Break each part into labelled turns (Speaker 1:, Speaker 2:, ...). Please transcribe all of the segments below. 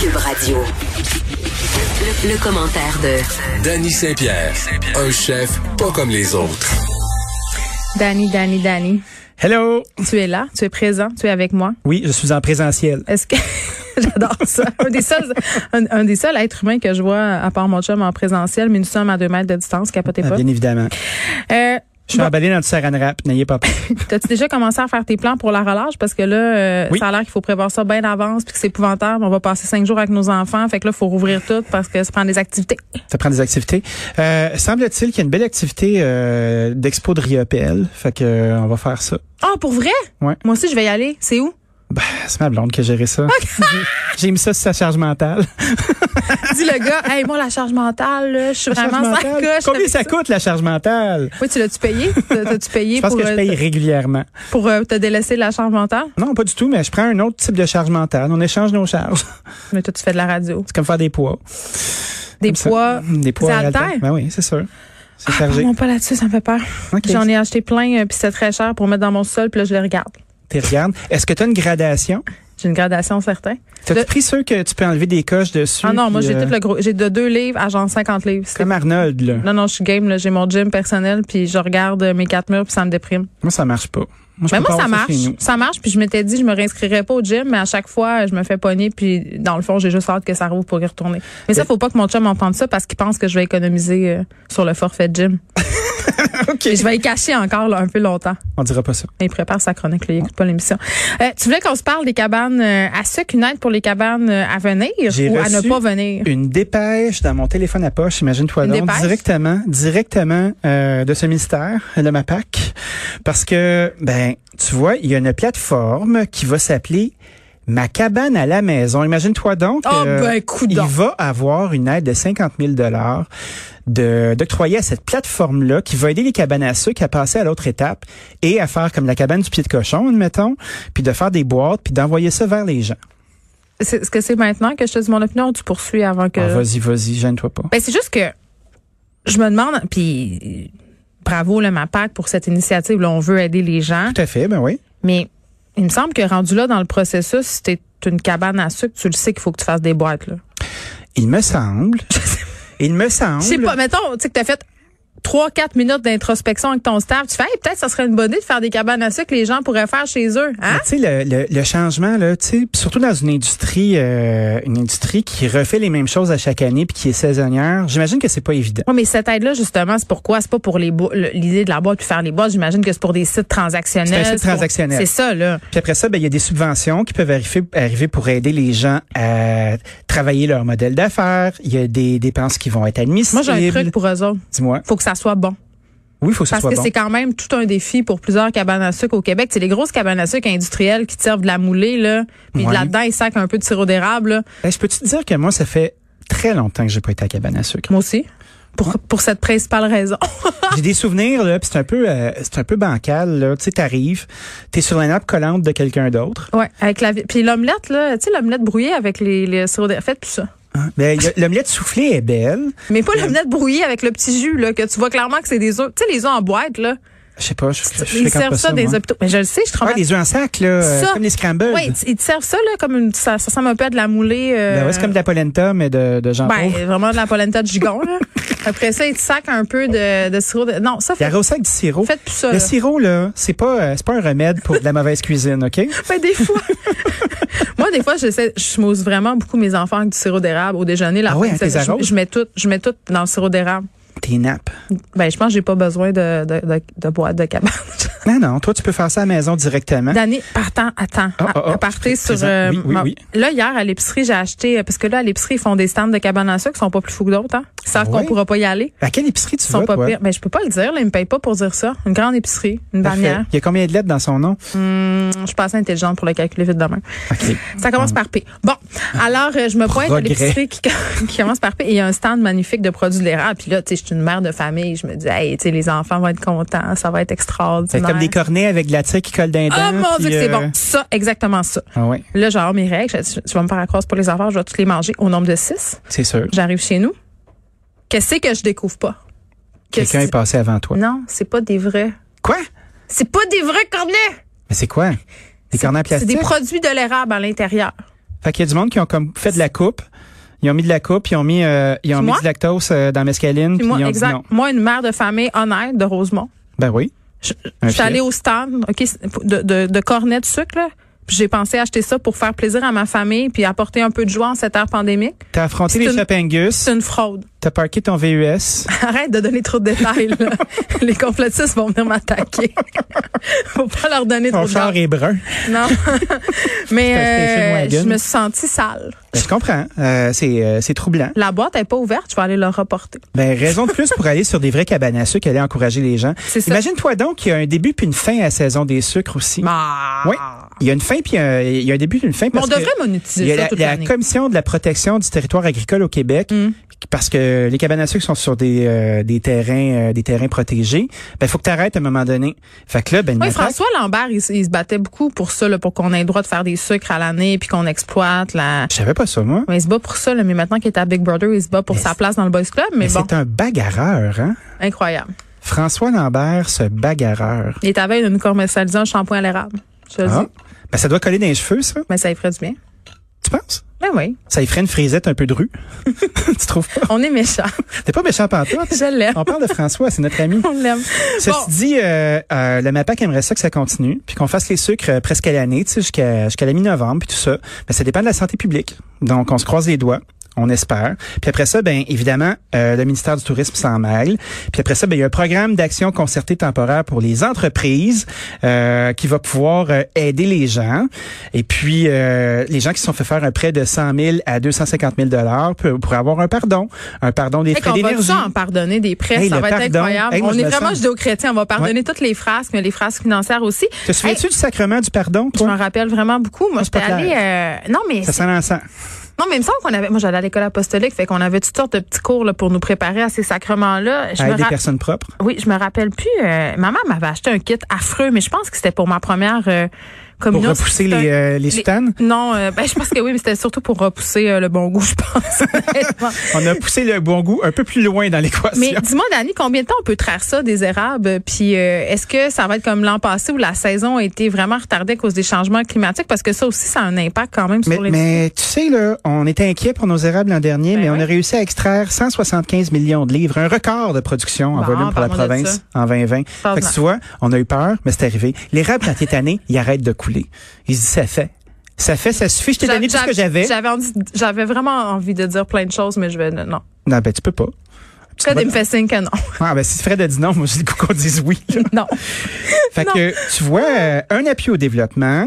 Speaker 1: Cube Radio. Le, le commentaire de
Speaker 2: Danny Saint-Pierre, un chef pas comme les autres.
Speaker 3: Danny, Danny, Danny,
Speaker 4: Hello.
Speaker 3: tu es là, tu es présent, tu es avec moi.
Speaker 4: Oui, je suis en présentiel.
Speaker 3: Est-ce que j'adore ça Un des seuls, un, un des seuls êtres humains que je vois à part mon chum en présentiel, mais nous sommes à deux mètres de distance, capotez
Speaker 4: Ah,
Speaker 3: pas.
Speaker 4: bien évidemment.
Speaker 3: Euh,
Speaker 4: Je suis emballé dans du saran wrap, n'ayez pas peur.
Speaker 3: T'as-tu déjà commencé à faire tes plans pour la relâche parce que là, euh,
Speaker 4: Oui.
Speaker 3: ça a l'air qu'il faut prévoir ça bien d'avance puis que c'est épouvantable. On va passer cinq jours avec nos enfants, fait que là, faut rouvrir tout parce que ça prend des activités.
Speaker 4: Ça prend des activités. Euh, semble-t-il qu'il y a une belle activité euh, d'expo de Riopel. Fait que euh, on va faire ça.
Speaker 3: Ah, pour vrai
Speaker 4: Ouais.
Speaker 3: Moi aussi, je vais y aller. C'est où
Speaker 4: Ben, c'est ma blonde qui a géré ça. J'ai- J'ai mis ça sur sa charge mentale.
Speaker 3: Dis le gars, hey, moi la charge mentale, là, je suis
Speaker 4: La charge
Speaker 3: vraiment sans
Speaker 4: mentale.
Speaker 3: coche.
Speaker 4: Combien
Speaker 3: avec
Speaker 4: ça coûte la charge mentale
Speaker 3: Oui, tu l'as-tu payé T'as- T'as-tu payé
Speaker 4: Je pense
Speaker 3: pour
Speaker 4: que je
Speaker 3: euh,
Speaker 4: paye régulièrement.
Speaker 3: pour euh, te délaisser de la charge mentale
Speaker 4: Non, pas du tout, mais je prends un autre type de charge mentale. On échange nos charges.
Speaker 3: Mais toi, tu fais de la radio.
Speaker 4: C'est comme faire des poids.
Speaker 3: Des
Speaker 4: Comme ça.
Speaker 3: poids.
Speaker 4: Des poids.
Speaker 3: Ça
Speaker 4: à
Speaker 3: altère?
Speaker 4: haltère. Ben oui, c'est sûr. C'est chargé.
Speaker 3: Non, pas là-dessus, ça me fait peur.
Speaker 4: Ok.
Speaker 3: Ah, J'en ai acheté plein, euh, puis c'est très cher pour mettre dans mon sol, puis là, je les regarde.
Speaker 4: Tu regardes. Est-ce que tu as une gradation?
Speaker 3: J'ai une gradation certaine.
Speaker 4: T'as-tu
Speaker 3: Le-
Speaker 4: pris ceux que tu peux enlever des coches dessus?
Speaker 3: Ah non, moi,
Speaker 4: puis,
Speaker 3: j'ai
Speaker 4: euh,
Speaker 3: tout le gros. J'ai de deux livres à genre 50 livres. C'est-
Speaker 4: Comme Arnold, là.
Speaker 3: Non, non, je suis game, là. J'ai mon gym personnel, puis je regarde euh, mes quatre murs, puis ça me déprime.
Speaker 4: Moi, ça marche pas. Moi, je
Speaker 3: Mais
Speaker 4: peux pas
Speaker 3: moi, ça
Speaker 4: avoir
Speaker 3: marche.
Speaker 4: chez nous.
Speaker 3: Ça marche, puis je m'étais dit, je me réinscrirais pas au gym, mais à chaque fois, je me fais pogner, puis dans le fond, j'ai juste hâte que ça rouvre pour y retourner. Mais ça, faut pas que mon chum entende ça parce qu'il pense que je vais économiser euh, sur le forfait de gym. Et je vais y cacher encore là, un peu longtemps.
Speaker 4: On dira pas ça.
Speaker 3: Il prépare sa chronique, là, il écoute pas l'émission. Euh, tu voulais qu'on se parle des cabanes euh, à sucre, une aide pour les cabanes euh, à venir
Speaker 4: J'ai
Speaker 3: ou à ne
Speaker 4: reçu
Speaker 3: pas venir?
Speaker 4: Une dépêche dans mon téléphone à poche, imagine-toi
Speaker 3: Une
Speaker 4: donc,
Speaker 3: dépêche?
Speaker 4: directement, directement euh, de ce ministère, de ma PAC, parce que, ben, tu vois, il y a une plateforme qui va s'appeler Ma cabane à la maison. Imagine-toi donc, euh,
Speaker 3: Oh, ben, coudonc.
Speaker 4: il va avoir une aide de 50 000 dollars d'octroyer à cette plateforme-là qui va aider les cabanes à sucre à passer à l'autre étape et à faire comme la cabane du pied de cochon, admettons, puis de faire des boîtes, puis d'envoyer ça vers les gens.
Speaker 3: C'est- Est-ce que c'est maintenant que je te dis mon opinion ou tu poursuis avant que...
Speaker 4: Ah, vas-y, vas-y, gêne-toi pas.
Speaker 3: Ben, c'est juste que je me demande, puis bravo là, ma PAC pour cette initiative, là, on veut aider les gens,
Speaker 4: Tout à fait, ben oui.
Speaker 3: mais il me semble que rendu là dans le processus, si t'es une cabane à sucre, tu le sais qu'il faut que tu fasses des boîtes. Là.
Speaker 4: Il me semble. Il me semble.
Speaker 3: Je sais pas, mettons, tu sais que t'as fait trois, quatre minutes d'introspection avec ton staff. Tu fais, Hey, peut-être ça serait une bonne idée de faire des cabanes à sucre que les gens pourraient faire chez eux. Hein?
Speaker 4: Mais Tu sais, le, le- le changement, là, tu sais, puis surtout dans une industrie, euh, une industrie qui refait les mêmes choses à chaque année puis qui est saisonnière, j'imagine que c'est pas évident.
Speaker 3: Oui, mais cette aide-là, justement, c'est pourquoi? C'est pas pour les bo- le- l'idée de la boîte puis faire les boîtes. J'imagine que c'est pour des sites transactionnels.
Speaker 4: C'est un site
Speaker 3: pour-
Speaker 4: transactionnel.
Speaker 3: C'est ça, là.
Speaker 4: Puis après ça, ben, il y a des subventions qui peuvent arriver, arriver pour aider les gens à travailler leur modèle d'affaires. Il y a des dépenses qui vont être
Speaker 3: Moi,
Speaker 4: admissibles.
Speaker 3: j'ai un truc pour eux autres.
Speaker 4: Dis-moi.
Speaker 3: Faut que ça soit bon.
Speaker 4: Oui, il faut que ça
Speaker 3: Parce
Speaker 4: soit
Speaker 3: que
Speaker 4: bon.
Speaker 3: c'est quand même tout un défi pour plusieurs cabanes à sucre au Québec. C'est les grosses cabanes à sucre industrielles qui servent de la moulée, là. Puis
Speaker 4: Ouais.
Speaker 3: là-dedans, ils sacent un peu de sirop d'érable, là.
Speaker 4: Ben, je peux te dire que moi, ça fait très longtemps que j'ai pas été à cabane à sucre.
Speaker 3: Moi aussi. Pour, pour cette principale raison.
Speaker 4: J'ai des souvenirs là, puis c'est un peu euh, c'est un peu bancal là, tu sais t'arrives, t'es sur la nappe collante de quelqu'un d'autre.
Speaker 3: ouais. Avec la, vi- puis l'omelette, là. Tu sais, l'omelette brouillée avec les, les sirops d'érable. Faites tout ça.
Speaker 4: Ben y a- l'omelette soufflée est belle.
Speaker 3: Mais pas l'omelette brouillée avec le petit jus, là, que tu vois clairement que c'est des œufs. Tu sais, les œufs en boîte, là.
Speaker 4: Je sais pas, je, je, je
Speaker 3: Ils
Speaker 4: fréquente
Speaker 3: servent
Speaker 4: pas
Speaker 3: ça,
Speaker 4: ça
Speaker 3: dans les
Speaker 4: moi.
Speaker 3: hôpitaux. Mais je le sais, je
Speaker 4: Ah,
Speaker 3: travaille.
Speaker 4: des œufs en sac là, euh,
Speaker 3: Ça.
Speaker 4: comme les scrambles.
Speaker 3: Oui, ils te servent ça, là, comme une, ça, ça ressemble un peu à de la moulée. euh,
Speaker 4: Ben ouais, c'est comme de la polenta mais de de jambon.
Speaker 3: Ben, vraiment de la polenta de gigon, là. Après ça, ils te sacent un peu de, de sirop de. Non, ça
Speaker 4: Il y
Speaker 3: fait.
Speaker 4: a au sac du sirop.
Speaker 3: Faites plus ça,
Speaker 4: Le
Speaker 3: là.
Speaker 4: sirop là, c'est pas euh, c'est pas un remède pour de la mauvaise cuisine, OK
Speaker 3: Ben, des fois. Moi, des fois, j'essaie, je mousse vraiment beaucoup mes enfants avec du sirop d'érable au déjeuner. La
Speaker 4: Ah ouais,
Speaker 3: fin de
Speaker 4: hein, t'es
Speaker 3: semaine, je,
Speaker 4: arrose?
Speaker 3: je mets tout, je mets tout dans le sirop d'érable.
Speaker 4: Tes nappes.
Speaker 3: Ben, je pense que j'ai pas besoin de, de, de, de boîte de cabane.
Speaker 4: Non, non, toi, tu peux faire ça à la maison directement.
Speaker 3: D'année, partant, attends.
Speaker 4: Ah, ah, ah,
Speaker 3: partez
Speaker 4: très
Speaker 3: sur.
Speaker 4: présent.
Speaker 3: euh,
Speaker 4: Oui, oui,
Speaker 3: ma-
Speaker 4: oui.
Speaker 3: Là, hier, à l'épicerie, j'ai acheté. euh, Parce que là, à l'épicerie, ils font des stands de cabane à sucre qui sont pas plus fous que d'autres. Hein. Ils savent
Speaker 4: Ah
Speaker 3: qu'on
Speaker 4: ouais?
Speaker 3: pourra pas y aller.
Speaker 4: À quelle épicerie tu
Speaker 3: Ils sont
Speaker 4: vas,
Speaker 3: pas
Speaker 4: toi?
Speaker 3: pires. Mais je peux pas le dire, là. Ils me payent pas pour dire ça. Une grande épicerie, une
Speaker 4: Parfait.
Speaker 3: bannière.
Speaker 4: Il y a combien de lettres dans son nom?
Speaker 3: Hum, je suis pas assez intelligente pour le calculer vite demain.
Speaker 4: OK.
Speaker 3: Ça commence par P. Bon, alors euh, je me pointe à
Speaker 4: Progrès.
Speaker 3: l'épicerie qui, qui commence par P et il y a un stand magnifique de produits de l'érable. Puis là, tu sais, je suis une mère de famille, je me dis, hey, tu sais, les enfants vont être contents, ça va être
Speaker 4: C'est
Speaker 3: extraordinaire.
Speaker 4: comme des cornets avec de la tire qui colle d'un dents.
Speaker 3: oh mon
Speaker 4: puis,
Speaker 3: dieu, que c'est
Speaker 4: euh,
Speaker 3: bon. Ça, exactement ça.
Speaker 4: Ah ouais,
Speaker 3: Là, genre mes règles, je- tu vas me faire la croix pour les enfants, je vais toutes les manger au nombre de six.
Speaker 4: c'est sûr.
Speaker 3: J'arrive chez nous. Qu'est-ce que je découvre pas? Que
Speaker 4: Quelqu'un
Speaker 3: c'est-
Speaker 4: est passé avant toi.
Speaker 3: Non, c'est pas des vrais.
Speaker 4: Quoi?
Speaker 3: C'est pas des vrais cornets.
Speaker 4: Mais c'est quoi? Des
Speaker 3: C'est-
Speaker 4: cornets en
Speaker 3: C'est
Speaker 4: plastique?
Speaker 3: des produits de l'érable à l'intérieur.
Speaker 4: Fait qu'il y a du monde qui ont comme fait de la coupe. Ils ont mis de la coupe, ils ont mis, euh, ils ont
Speaker 3: Puis
Speaker 4: mis
Speaker 3: moi?
Speaker 4: du lactose euh, dans la mescaline,
Speaker 3: Puis
Speaker 4: puis,
Speaker 3: moi,
Speaker 4: ils ont dit
Speaker 3: exact.
Speaker 4: non.
Speaker 3: Moi, une mère de famille honnête de Rosemont.
Speaker 4: Ben oui.
Speaker 3: Je,
Speaker 4: Un
Speaker 3: je suis
Speaker 4: filet.
Speaker 3: allée au stand, ok, c'est- de, de, de cornets de sucre. là. Puis J'ai pensé acheter ça pour faire plaisir à ma famille puis apporter un peu de joie en cette ère pandémique.
Speaker 4: T'as affronté
Speaker 3: C'est
Speaker 4: les
Speaker 3: une-
Speaker 4: Chopengus,
Speaker 3: C'est une fraude.
Speaker 4: t'as parké ton VUS.
Speaker 3: Arrête de donner trop de détails. là. Les complotistes vont venir m'attaquer. Faut pas leur donner trop
Speaker 4: Ton
Speaker 3: de
Speaker 4: char
Speaker 3: détails.
Speaker 4: est brun.
Speaker 3: Non. Mais
Speaker 4: C'est un
Speaker 3: euh,
Speaker 4: station wagon.
Speaker 3: je me suis sentie sale.
Speaker 4: Ben, je comprends. Euh, c'est, euh, c'est troublant.
Speaker 3: La boîte n'est pas ouverte. Je vais aller la reporter.
Speaker 4: Ben, raison de plus pour aller sur des vrais cabanes à sucre, aller encourager les gens.
Speaker 3: C'est ça.
Speaker 4: Imagine-toi donc qu'il y a un début puis une fin à la saison des sucres aussi.
Speaker 3: Ah.
Speaker 4: Oui. Il y a une fin puis un- il y a un début puis une fin
Speaker 3: Mais
Speaker 4: parce
Speaker 3: on devrait
Speaker 4: que il y
Speaker 3: monétiser
Speaker 4: a
Speaker 3: ça
Speaker 4: la,
Speaker 3: toute
Speaker 4: la
Speaker 3: l'année. Hum.
Speaker 4: commission de la protection du territoire agricole au Québec parce que les cabanes à sucre sont sur des euh, des terrains euh, des terrains protégés. Ben faut que tu arrêtes à un moment donné. Fait que là ben une
Speaker 3: Oui,
Speaker 4: attaque-
Speaker 3: François Lambert, il, s- il se battait beaucoup pour ça, là, pour qu'on ait le droit de faire des sucres à l'année puis qu'on exploite la.
Speaker 4: je savais pas ça moi.
Speaker 3: Mais il se bat pour ça, là, mais maintenant qu'il est à Big Brother, il se bat pour
Speaker 4: Mais
Speaker 3: sa
Speaker 4: c'est-
Speaker 3: place dans le Boys Club. Mais,
Speaker 4: Mais
Speaker 3: bon,
Speaker 4: c'est un bagarreur hein.
Speaker 3: incroyable.
Speaker 4: François Lambert ce bagarreur.
Speaker 3: Il est à veille de nous commercialiser un shampoing à l'érable. Je te le
Speaker 4: Ah.
Speaker 3: dis.
Speaker 4: Ben ça doit coller dans les cheveux ça,
Speaker 3: Mais ça lui ferait du bien.
Speaker 4: tu penses
Speaker 3: Ben oui,
Speaker 4: Ça y ferait une frisette un peu drue. tu trouves pas
Speaker 3: on est méchants.
Speaker 4: T'es pas méchant pantoute.
Speaker 3: Je l'aime.
Speaker 4: On parle de François, c'est notre ami.
Speaker 3: On l'aime.
Speaker 4: Ceci
Speaker 3: Bon.
Speaker 4: dit, euh, euh, le MAPAC aimerait ça que ça continue, puis qu'on fasse les sucres euh, presque à l'année, tu sais, jusqu'à jusqu'à la mi-novembre, puis tout ça. Mais ça dépend de la santé publique. Donc, on se croise les doigts. On espère. Puis après ça, ben évidemment, euh, le ministère du Tourisme s'en mêle. Puis après ça, ben il y a un programme d'action concertée temporaire pour les entreprises euh, qui va pouvoir euh, aider les gens. Et puis euh, les gens qui se sont fait faire un prêt de 100 000 à 250 000 dollars pour, pour avoir un pardon, un pardon des
Speaker 3: Fait
Speaker 4: frais
Speaker 3: qu'on va
Speaker 4: d'énergie.
Speaker 3: ça en pardonner des prêts,
Speaker 4: Hey,
Speaker 3: ça
Speaker 4: le
Speaker 3: va être
Speaker 4: pardon.
Speaker 3: incroyable.
Speaker 4: Hey, moi,
Speaker 3: on
Speaker 4: je
Speaker 3: est
Speaker 4: me
Speaker 3: vraiment
Speaker 4: sens-
Speaker 3: judéo-chrétien, on va pardonner toutes les frasques, mais les frasques financières aussi.
Speaker 4: Te souviens-tu du sacrement du pardon,
Speaker 3: Je
Speaker 4: toi?
Speaker 3: m'en rappelle vraiment beaucoup. Moi,
Speaker 4: Ah, c'est
Speaker 3: j'étais
Speaker 4: pas
Speaker 3: allée. euh, non, mais
Speaker 4: Ça sent l'encens.
Speaker 3: Non, mais il me semble qu'on avait. Moi, j'allais à l'école apostolique, fait qu'on avait toutes sortes de petits cours là, pour nous préparer à ces sacrements-là. Je
Speaker 4: Avec
Speaker 3: me
Speaker 4: des
Speaker 3: ra-
Speaker 4: personnes propres.
Speaker 3: Oui, je me rappelle plus. euh, maman m'avait acheté un kit affreux, mais je pense que c'était pour ma première euh,
Speaker 4: Pour
Speaker 3: communion.
Speaker 4: repousser
Speaker 3: C'était un-
Speaker 4: les, euh, les soutanes.
Speaker 3: Non, euh, ben, je pense que oui, mais c'était surtout pour repousser euh, le bon goût, je pense. honnêtement.
Speaker 4: On a poussé le bon goût un peu plus loin dans
Speaker 3: mais
Speaker 4: l'équation.
Speaker 3: dis-moi, Dani, combien de temps on peut traire ça, des érables? Puis euh, est-ce que ça va être comme l'an passé où la saison a été vraiment retardée à cause des changements climatiques? Parce que ça aussi, ça a un impact quand même
Speaker 4: Mais,
Speaker 3: sur les...
Speaker 4: mais tu sais, là, on était inquiet pour nos érables l'an dernier,
Speaker 3: Ben
Speaker 4: mais on
Speaker 3: ouais.
Speaker 4: a réussi à extraire 175 millions de livres, un record de production en
Speaker 3: Bon,
Speaker 4: volume pour la
Speaker 3: parlons de
Speaker 4: province en 2020. Fait que tu vois, on a eu peur, mais c'est arrivé. L'érable, quand il est tanné, il arrête de couler. Il se dit, ça fait. Ça fait, ça suffit, je t'ai donné tout ce que j'avais.
Speaker 3: J'avais envie- j'avais vraiment envie de dire plein de choses, mais je vais non.
Speaker 4: Non, ben, tu peux pas.
Speaker 3: Fred il me fait signe que non.
Speaker 4: Ah, ben, si Fred a dit non, moi, j'ai le goût qu'on dise oui.
Speaker 3: non.
Speaker 4: Fait
Speaker 3: Non.
Speaker 4: que tu vois, euh, un appui au développement,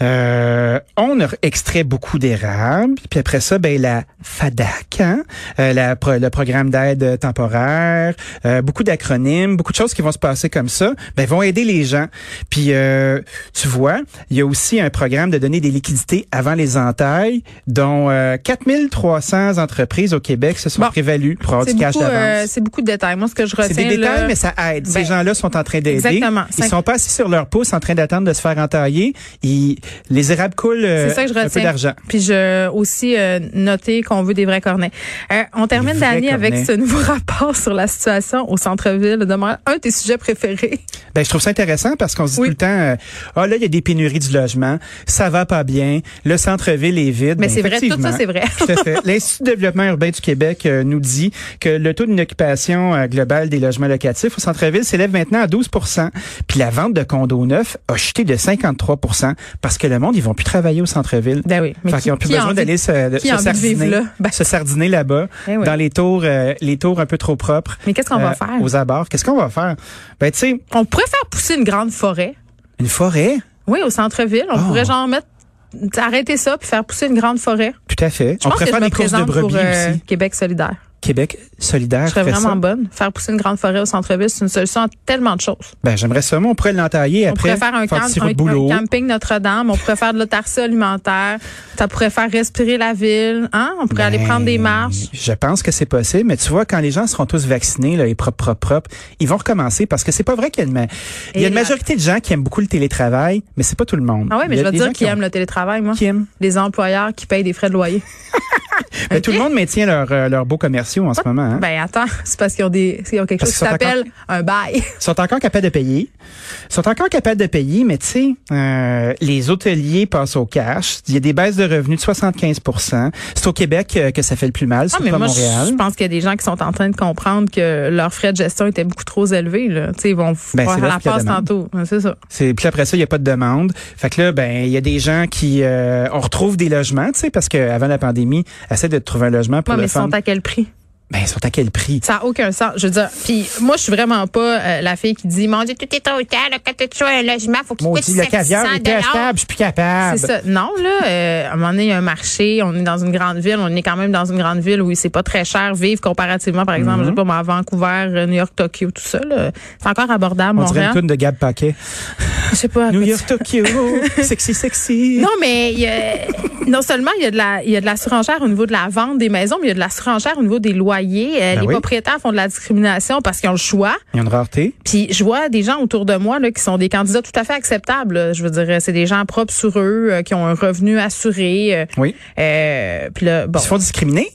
Speaker 4: euh, on a extrait beaucoup d'érables, puis après ça, ben la FADAC, hein, euh, la pro- le programme d'aide temporaire, euh, beaucoup d'acronymes, beaucoup de choses qui vont se passer comme ça, ben vont aider les gens. Puis euh, tu vois, il y a aussi un programme de donner des liquidités avant les entailles, dont euh, 4300 entreprises au Québec se sont
Speaker 3: Bon.
Speaker 4: prévalues pour avoir
Speaker 3: C'est
Speaker 4: du cash
Speaker 3: beaucoup,
Speaker 4: Oh, d'avance.
Speaker 3: euh, c'est beaucoup de détails. Moi, ce que je retiens
Speaker 4: C'est des détails,
Speaker 3: là,
Speaker 4: mais ça aide. Ces
Speaker 3: ben,
Speaker 4: gens-là sont en train d'aider.
Speaker 3: exactement.
Speaker 4: Ils
Speaker 3: Cinq-
Speaker 4: sont pas assis sur leur pouce en train d'attendre de se faire entailler. Ils, les érables coulent euh,
Speaker 3: C'est ça que je
Speaker 4: un peu
Speaker 3: retiens.
Speaker 4: d'argent.
Speaker 3: Puis je aussi euh, noter qu'on veut des vrais cornets. Euh, on termine
Speaker 4: vrais
Speaker 3: Dani avec
Speaker 4: cornets.
Speaker 3: ce nouveau rapport sur la situation au centre-ville. Demande un de tes sujets préférés.
Speaker 4: Ben, je trouve ça intéressant parce qu'on se dit
Speaker 3: Oui.
Speaker 4: tout le temps, euh, ah là, il y a des pénuries du logement, ça va pas bien, le centre-ville est vide.
Speaker 3: Mais
Speaker 4: Ben,
Speaker 3: c'est vrai, tout ça,
Speaker 4: effectivement.
Speaker 3: c'est vrai.
Speaker 4: Tout à fait. L'Institut de développement urbain du Québec euh, nous dit que le taux de d'une occupation euh, globale des logements locatifs au centre-ville s'élève maintenant à 12 Puis la vente de condos neufs a chuté de 53 parce que le monde, ils vont plus travailler au centre-ville.
Speaker 3: Ben oui.
Speaker 4: Fait
Speaker 3: qui-
Speaker 4: qu'ils n'ont plus
Speaker 3: qui a
Speaker 4: besoin
Speaker 3: envie-
Speaker 4: d'aller se, de-
Speaker 3: qui
Speaker 4: se
Speaker 3: a envie de vivre
Speaker 4: sardiner,
Speaker 3: là? Ben-
Speaker 4: se sardiner là-bas,
Speaker 3: Eh oui.
Speaker 4: dans les tours, euh, les tours un peu trop propres. euh,
Speaker 3: Mais qu'est-ce qu'on va faire?
Speaker 4: Aux abords. Qu'est-ce qu'on va faire? Ben, tu sais,
Speaker 3: On pourrait faire pousser une grande forêt.
Speaker 4: une forêt,
Speaker 3: Oui, au centre-ville. On
Speaker 4: Ah.
Speaker 3: pourrait genre mettre arrêter ça puis faire pousser une grande forêt.
Speaker 4: tout à fait.
Speaker 3: Je
Speaker 4: On
Speaker 3: pense
Speaker 4: pourrait
Speaker 3: que je
Speaker 4: faire
Speaker 3: me
Speaker 4: des courses de
Speaker 3: présente
Speaker 4: brebis
Speaker 3: pour euh,
Speaker 4: aussi.
Speaker 3: Québec solidaire.
Speaker 4: Québec solidaire
Speaker 3: Je serais
Speaker 4: fait
Speaker 3: vraiment
Speaker 4: ça.
Speaker 3: bonne. Faire pousser une grande forêt au centre-ville, c'est une solution à tellement de choses.
Speaker 4: Ben, j'aimeis seulement, on pourrait l'entailler
Speaker 3: On
Speaker 4: après.
Speaker 3: pourrait faire un, camp-
Speaker 4: tirer
Speaker 3: un-
Speaker 4: au
Speaker 3: un
Speaker 4: boulot.
Speaker 3: camping Notre-Dame, on pourrait faire de l'autarcie alimentaire, ça pourrait faire respirer la ville, hein? On pourrait aller
Speaker 4: Ben,
Speaker 3: prendre des marches.
Speaker 4: Je pense que c'est possible, mais tu vois, quand les gens seront tous vaccinés, là, et propres, propres, propres, ils vont recommencer parce que c'est pas vrai qu'il y a une, ma- il y
Speaker 3: Et
Speaker 4: a une
Speaker 3: là-
Speaker 4: majorité de gens qui aiment beaucoup le télétravail, mais c'est pas tout le monde.
Speaker 3: Ah ouais, mais
Speaker 4: Il y
Speaker 3: je vais
Speaker 4: a
Speaker 3: te
Speaker 4: des
Speaker 3: dire
Speaker 4: gens
Speaker 3: qui aiment le télétravail, moi.
Speaker 4: ont- qui aiment.
Speaker 3: Les employeurs qui payent des frais de loyer.
Speaker 4: Mais Ben, tout le monde maintient leurs euh, leurs beaux commerciaux en ce moment. hein.
Speaker 3: Ben attends, c'est parce qu'ils ont des, ils ont quelque
Speaker 4: Parce
Speaker 3: chose qui
Speaker 4: qu'ils sont
Speaker 3: s'appelle un bail.
Speaker 4: Ils sont encore capables de payer. Ils sont encore capables de payer, mais tu sais, euh, les hôteliers passent au cash. Il y a des baisses de revenus de 75 C'est au Québec euh, que ça fait le plus mal, c'est
Speaker 3: Ah, mais
Speaker 4: pas
Speaker 3: moi, je-
Speaker 4: Montréal.
Speaker 3: je pense qu'il y a des gens qui sont en train de comprendre que leurs frais de gestion étaient beaucoup trop élevés. Là. Tu sais, Ils vont
Speaker 4: Ben,
Speaker 3: faire
Speaker 4: c'est
Speaker 3: la
Speaker 4: l'offre qu'il y a
Speaker 3: passe
Speaker 4: demande.
Speaker 3: tantôt. Ouais, C'est ça.
Speaker 4: C'est puis après ça, il n'y a pas de demande. Fait que là, ben il y a des gens qui euh, on retrouve des logements, tu sais, parce que avant la pandémie, essaie de trouver un logement pour
Speaker 3: Ouais, mais
Speaker 4: le
Speaker 3: ils
Speaker 4: fun.
Speaker 3: sont à quel prix?
Speaker 4: Ben ils sont à quel prix
Speaker 3: Ça n'a aucun sens. Je veux dire, puis moi, je suis vraiment pas euh, la fille qui dit Mon Dieu, tout est trop cher. là, Quand tu as un logement, faut qu'il coûte
Speaker 4: Maudit,
Speaker 3: 700
Speaker 4: le caviar était achetable, je suis plus capable.
Speaker 3: C'est ça. Non, là, euh, à un moment donné, il y a un marché, on est dans une grande ville, on est quand même dans une grande ville où c'est pas très cher vivre comparativement, par exemple, je
Speaker 4: Mhm.
Speaker 3: sais pas, moi, à Vancouver, euh, New York, Tokyo, tout ça, là. C'est encore abordable,
Speaker 4: On
Speaker 3: Montréal.
Speaker 4: dirait
Speaker 3: Ah, ben.
Speaker 4: une tune de Gab Paquet.
Speaker 3: Je sais pas. à quoi
Speaker 4: New
Speaker 3: tu-
Speaker 4: York, Tokyo, sexy, sexy.
Speaker 3: Non, mais il y a- non seulement il y a de la il y a de la surenchère au niveau de la vente des maisons, mais il y a de la surenchère au niveau des loyers. Euh,
Speaker 4: Ben
Speaker 3: les
Speaker 4: oui.
Speaker 3: propriétaires font de la discrimination parce qu'ils ont le choix.
Speaker 4: Il y a une rareté.
Speaker 3: Puis je vois des gens autour de moi là, qui sont des candidats tout à fait acceptables. là. Je veux dire, c'est des gens propres sur eux, euh, qui ont un revenu assuré. euh,
Speaker 4: Oui.
Speaker 3: euh, puis là, bon,
Speaker 4: Ils se font discriminer.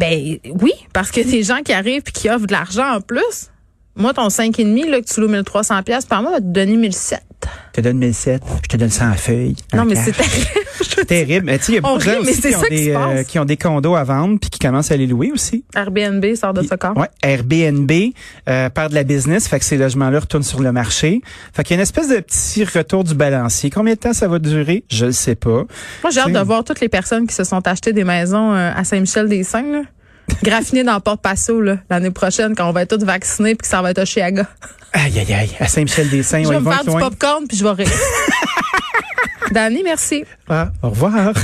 Speaker 3: ben oui, parce que des gens qui arrivent puis qui offrent de l'argent en plus. Moi, ton 5,5, là, que tu loues 1300 pièces par mois, va te donner 1007.
Speaker 4: Je te donne 1007, je te donne 100 feuilles.
Speaker 3: Non,
Speaker 4: un
Speaker 3: mais
Speaker 4: cash.
Speaker 3: c'est terrible. Je-
Speaker 4: terrible. Mais tu sais, il y a
Speaker 3: On
Speaker 4: beaucoup de gens
Speaker 3: rit, mais
Speaker 4: aussi
Speaker 3: c'est
Speaker 4: qui ont
Speaker 3: ça qui
Speaker 4: des euh,
Speaker 3: se passe.
Speaker 4: qui ont des condos à vendre puis qui commencent à les louer aussi.
Speaker 3: Airbnb sort de ce corps.
Speaker 4: Ouais, Airbnb euh, perd de la business, fait que ces logements-là retournent sur le marché. Fait qu'il y a une espèce de petit retour du balancier. Combien de temps ça va durer? Je le sais pas.
Speaker 3: Moi, j'ai hâte
Speaker 4: Tu sais.
Speaker 3: de voir toutes les personnes qui se sont achetées des maisons euh, à Saint-Michel-des-Saints, là. Graffinées dans Port-Passo, là, l'année prochaine, quand on va être tous vaccinés puis que ça va être à Chiaga.
Speaker 4: Aïe, aïe, aïe. À Saint-Michel-des-Saints,
Speaker 3: Je
Speaker 4: on
Speaker 3: vais
Speaker 4: y
Speaker 3: me
Speaker 4: va
Speaker 3: faire du
Speaker 4: loin.
Speaker 3: popcorn puis je vais rire. Dani, merci.
Speaker 4: Ah, au revoir.